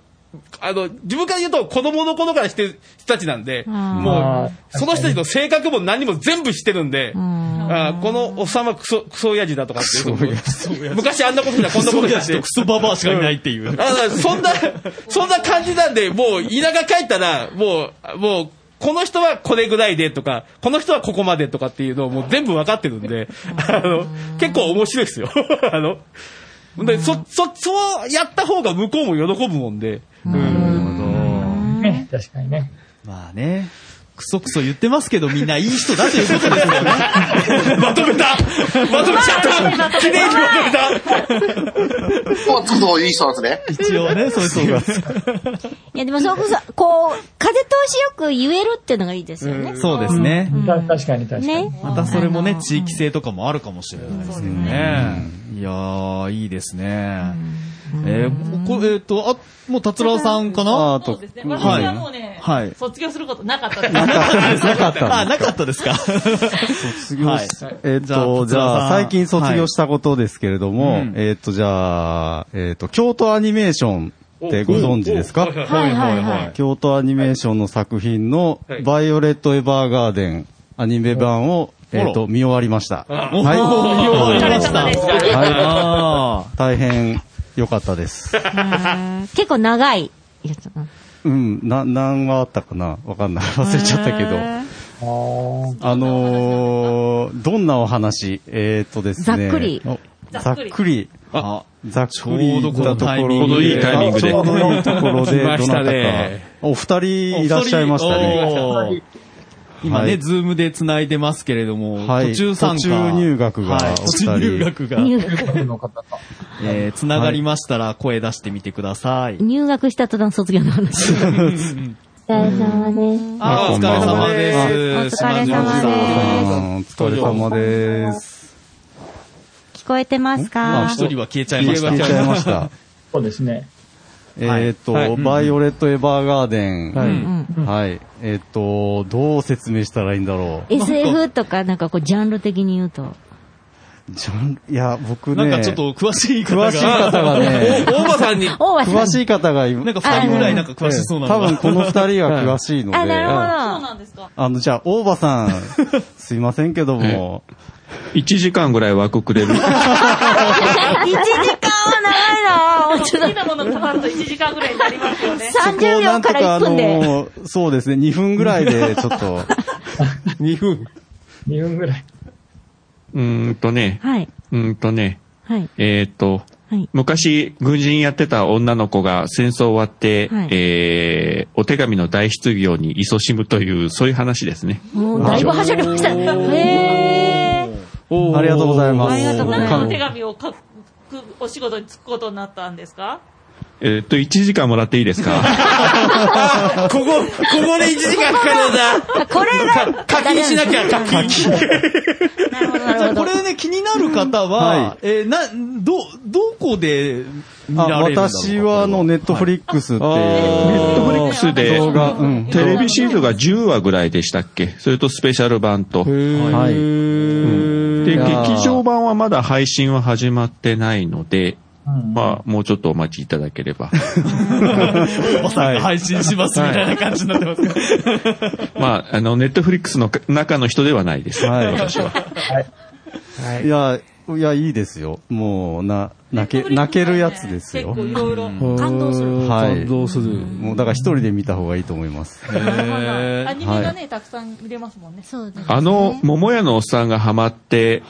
あの、自分から言うと子供の頃からしてる人たちなんで、んもう、その人たちの性格も何も全部知ってるんで、あーこのおっさんはクソ、クソ親父だとかっていう。昔あんなことしたこんなことしたって。クソババアしかいないっていう。あのそんな、そんな感じなんで、もう、田舎帰ったら、もう、もう、この人はこれぐらいでとか、この人はここまでとかっていうのをもう全部分かってるんで、あの、結構面白いですよ。 あの、で、そ、そ、そうやった方が向こうも喜ぶもんで。ね、確かにね。まあね。クソクソ言ってますけど、みんないい人だということです よね。まとめたまとめちゃった綺麗にまとめたそうつくといい人なんですね。一応ね、そ ういう人が。いや、でもそれこそ、 こう、風通しよく言えるっていうのがいいですよね。そうですね。確かに確かに。ね。またそれもね、地域性とかもあるかもしれないですけどね。いやー、いいですね。えー、こえっ、と、あ、もう達郎さんかなあそうですね。私はもうね、はい。卒業することなかった です。なかった。あ、なかったです か。卒業しはいえっと、じじゃゃああ、最近卒業したことですけれども、はいうんえっと、じゃあ、えっと、京都アニメーションってご存知ですおかおおはいはいはい京都アニメーションの作品のはい、バイオレット・エヴァーガーデンアニメ版を、おえっと、見終わりました。あはおお見終わりましたお疲れ様でしたはい。大変よかったです。結構長い。うん、な、何話あったかなわかんない。 忘れちゃったけど。あのー、どんなお話えーっとですね。ざっくりざっくり。あ、ざっくりちょうどこのなとこタイミングでろちょうどいいタイミングでちょうどいいところで、来まどしたなたかね。お二人いらっしゃいましたお二人いねま。今はね、いズームで繋いでますけれども、はい途中参加。途中入学がはいお二途人中入学が。入えー、繋がりましたら声出してみてください。入学した途端卒業の話。お疲れ様です。あーお疲れ様です。お疲れ様ですお疲れ様です。聞こえてますあか一人は消えちゃいました。消えちゃいました。 そうですね。えーっはいと、バイオレット・エヴァーガーデン。ははいい。うんえーっと、どう説明したらいいんだろう。 SF とか、なんかこう、ジャンル的に言うと。ジャンいや、僕なね。んかちょっと詳しい方が。詳しい方がね お大場さんに。大場詳しい方がいなんか二人ぐらいなんか詳しそうなのが多分この二人が詳しいので。 あ、なるほど。あの、じゃあ、大場さん、すいませんけども。 1時間ぐらい枠くれ る。 1時間は長いな好きなもの語ると1時間ぐらいになりますよ ね。そこをなんとか、あのー、そうですね、2分ぐらいで、ちょっと。 2分 ?2 分ぐらい。うーんとね、はいうーんとね、はい。えーっと、はい昔、軍人やってた女の子が戦争終わって、はいえーお手紙の大失業に勤しむという、そういう話ですね。もうだいぶ走りました。へー。ありがとうございます。ありがとうございます何のお手紙を書くお仕事に就くことになったんですかえーっと、1時間もらっていいですかここ、ここで1時間かかるんだ。これが、課金しなきゃ、課金。じゃあこれね、気になる方は、えー、な、 ど、どこで見られるんだろう私はあの、ネットフリックスっていう、フリックスで、動画、うん。テレビシーズンが10話ぐらいでしたっけそれとスペシャル版と。はい。うんで、いやー劇場版はまだ配信は始まってないので、まあ、もうちょっとお待ちいただければ。 おさんが配信しますみたいな感じになってますから。まあ、あの、ネットフリックスの中の人ではないです。はい私は。いや、いや、いいですよ。もう、な、泣け、泣けるやつですよ。いろいろうん感動する。はい。感動する。もう、だから一人で見た方がいいと思います。アニメがはいね、たくさん見れますもんね。そうですあの、桃屋のおっさんがハマって、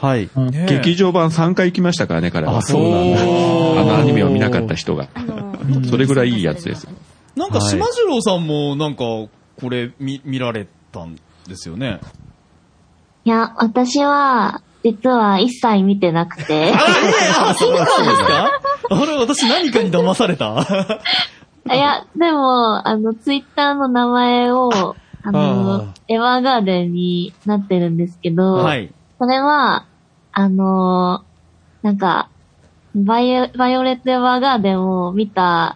劇場版3回行きましたからね、彼は。あ、そうなんだ。あのアニメを見なかった人が。それぐらいいいやつです。なんか、島次郎さんも、なんか、これ、見、見られたんですよね。いや、私は、実は一切見て なくて。あ、そうなんですかあれ、私何かに騙され たいや、でも、あの、ツイッターの名前を、あの、エヴァーガーデンになってるんですけど、はいそれは、あの、なんか、バイオバイオレット・エヴァーガーデンを見た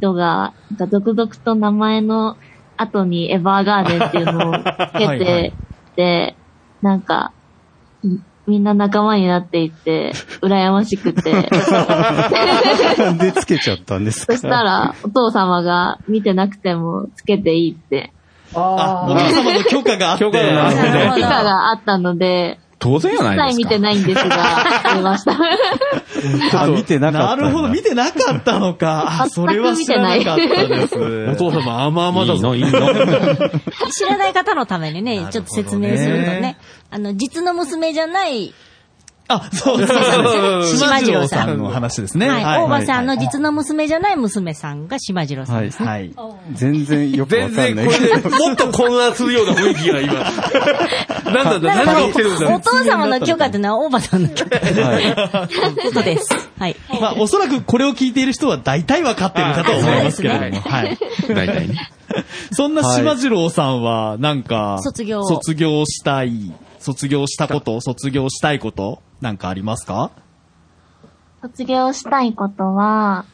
人が、なんか続々と名前の後にエヴァーガーデンっていうのを つけはいはいて、で、なんか、みみんな仲間になっていって、羨ましくて。なん でつけちゃったんですそかしたら、お父様が見てなくてもつけていいって。あお父 様の許可があって。許可が許可があったので、当一然やないで切す見か。てないんですが、見ました。あ、見てなかったんだ。なるほど、見てなかったの か。あそれは知らなかった です。お父様、甘々だぞ。いいの、いいの。知らない方のためにね、ちょっと説明するとね、あの、実の娘じゃない、あ、そうそう そうそう島次郎さんの話ですね。はい、大場さんのはい実の娘じゃない娘さんが島次郎さんですね。はい。全然よくわかんないけど。もっと混乱するような雰囲気が 今。なんだだかんだ、何らが起きてるんだお父様の許可ってのは大場さんの許可ということです。はい。まあ、おそらくこれを聞いている人は大体わかってるかと思いますけれども。はい。 大体 ね。そんな島次郎さんは、なんか、卒業卒業したい、卒業したこと、卒業したいこと、なんかありますか卒業したいことは、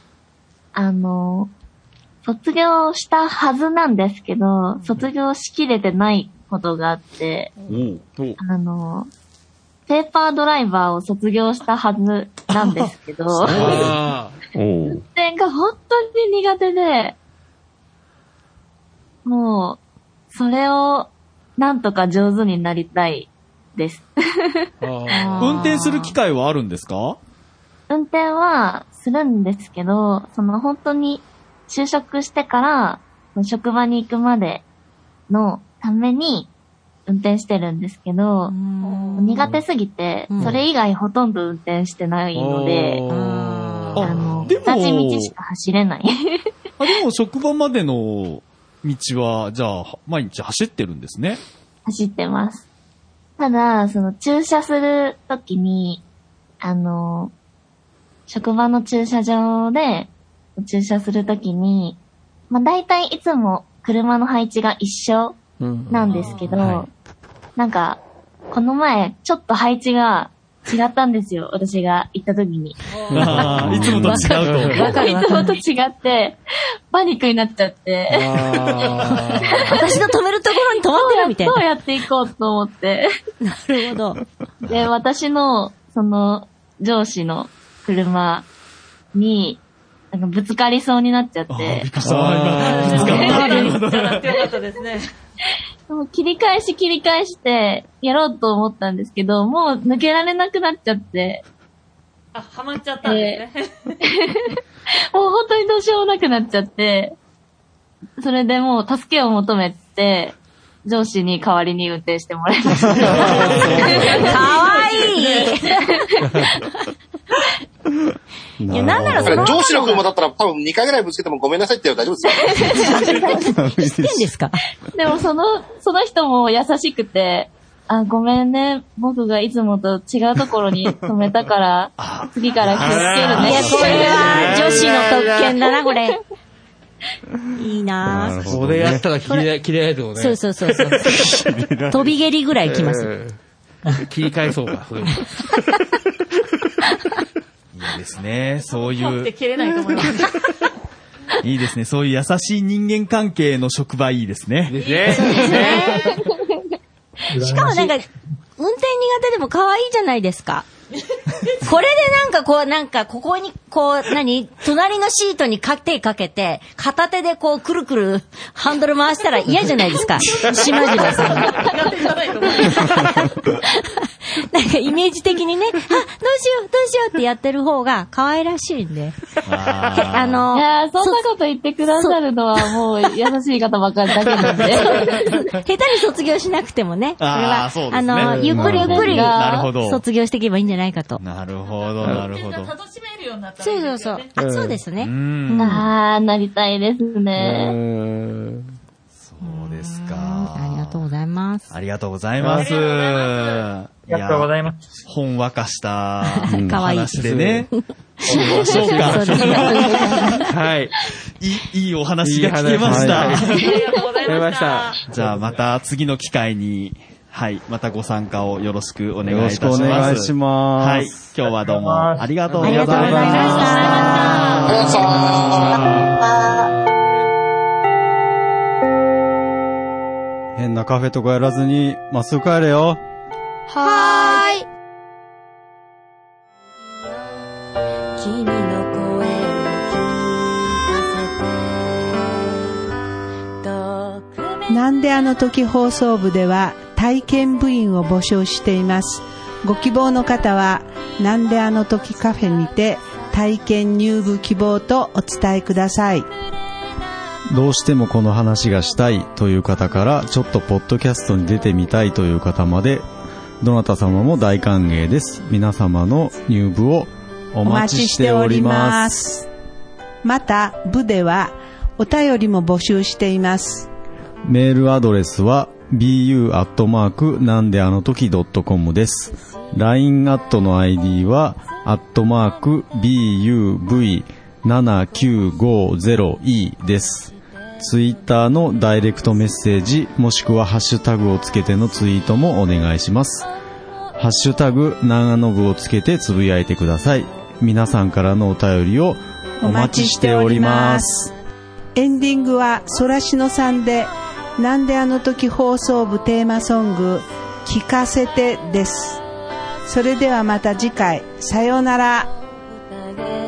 あの、卒業したはずなんですけど、卒業しきれてないことがあって、あの、ペーパードライバーを卒業したはずなんですけど、おう運転が本当に苦手で、もう、それを、なんとか上手になりたいです。 運転する機会はあるんですか運転はするんですけど、その本当に就職してから、その職場に行くまでのために運転してるんですけど、苦手すぎて、それ以外ほとんど運転してないので、あの、で同もじ道しか走れない。 あ、でも職場までの道は、じゃあ、毎日走ってるんですね。走ってます。ただ、その駐車するときに、あの、職場の駐車場で駐車するときに、まあ大体いつも車の配置が一緒なんですけど、なんか、この前、ちょっと配置が違ったんですよ、私が行ったときに。あーいつもと違うと。 いつもと違って、パニックになっちゃって。 私の止めるところに止まってるみたいなどうやっていこうと思って。なるほど。で、私の、その、上司の車に、なんかぶつかりそうになっちゃって。 びっくりした今ぶつかったじゃなくてよかったですね。でも切り返し切り返して、やろうと思ったんですけど、もう抜けられなくなっちゃって。あ、はまっちゃったんですね。 もう本当にどうしようもなくなっちゃって、それでもう助けを求めて、上司に代わりに運転してもらいました。かわいいいやなんならその中上司の車だったら多分2回ぐらいぶつけてもごめんなさいって言うの大丈夫 ですよ。してんですかでもその、その人も優しくて、あ、ごめんね、僕がいつもと違うところに止めた から、次から気をついや、こけるね。れは女子の特権 だな、これ。いいなぁ。それやったら切れない、切れないとね。そうそうそうそう。飛び蹴りぐらい来ます。えー。切り返そうか、そ れもいいですね、そうい取っうて。切れないと思います。いいですね。そういう優しい人間関係の職場いいですね。ですね。しかもなんか、運転苦手でも可愛いじゃないです か。これでなんかこう、なんかここに、こう、何隣のシートにか手かけて、片手でこう、くるくるハンドル回したら嫌じゃないです か。しまじまさん。苦手じゃないと思う。なんかイメージ的にね、あ、どうしよう、どうしようってやってる方が可愛らしいんで。けあの、いやーそんなこと言ってくださるのはもう優しい方ばっかりだけなんで。 下手に卒業しなくてもね。あーそれはそうですねあの、ゆっくりゆっくりなるほど卒業していけばいいんじゃないかと。なるほど、なるほど。楽しめるようになったそらいういそでうすそようね。。あ、そうですね。うんああ、なりたいですね。そうですか。ありがとうございます。ありがとうございます。ありがとうございます。ほんわかしたんかわいい話で ね。そうしましょうか。そうですねはい。いい、いいお話が聞けまいした。い話はいありがとうございましたありがとうございまし じゃあまた次の機会に、はい、またご参加をよろしくお願いいたします。よろしくお願いしますはい、今日はどうもありがとうございました。ありがとうございました。変なカフェとかやらずに、まっすぐ帰れよ。はーい。君の声を聞かせてなんであの時放送部では体験部員を募集しています。ご希望の方は、なんであの時カフェにて体験入部希望とお伝えください。どうしてもこの話がしたいという方から、ちょっとポッドキャストに出てみたいという方まで、どなた様も大歓迎です。皆様の入部をお待ちしております。す。また、部ではお便りも募集しています。メールアドレスは bu アットマークなんであの時 .com です。LINE アットの ID はアットマーク buv7950e です。ツイッターのダイレクトメッセージもしくはハッシュタグをつけてのツイートもお願いします。ハッシュタグ長野部をつけてつぶやいてください。皆さんからのお便りをお待ちしております。エンディングはソラシノさんで、なんであの時放送部テーマソング、聞かせてです。それではまた次回、さようなら。 「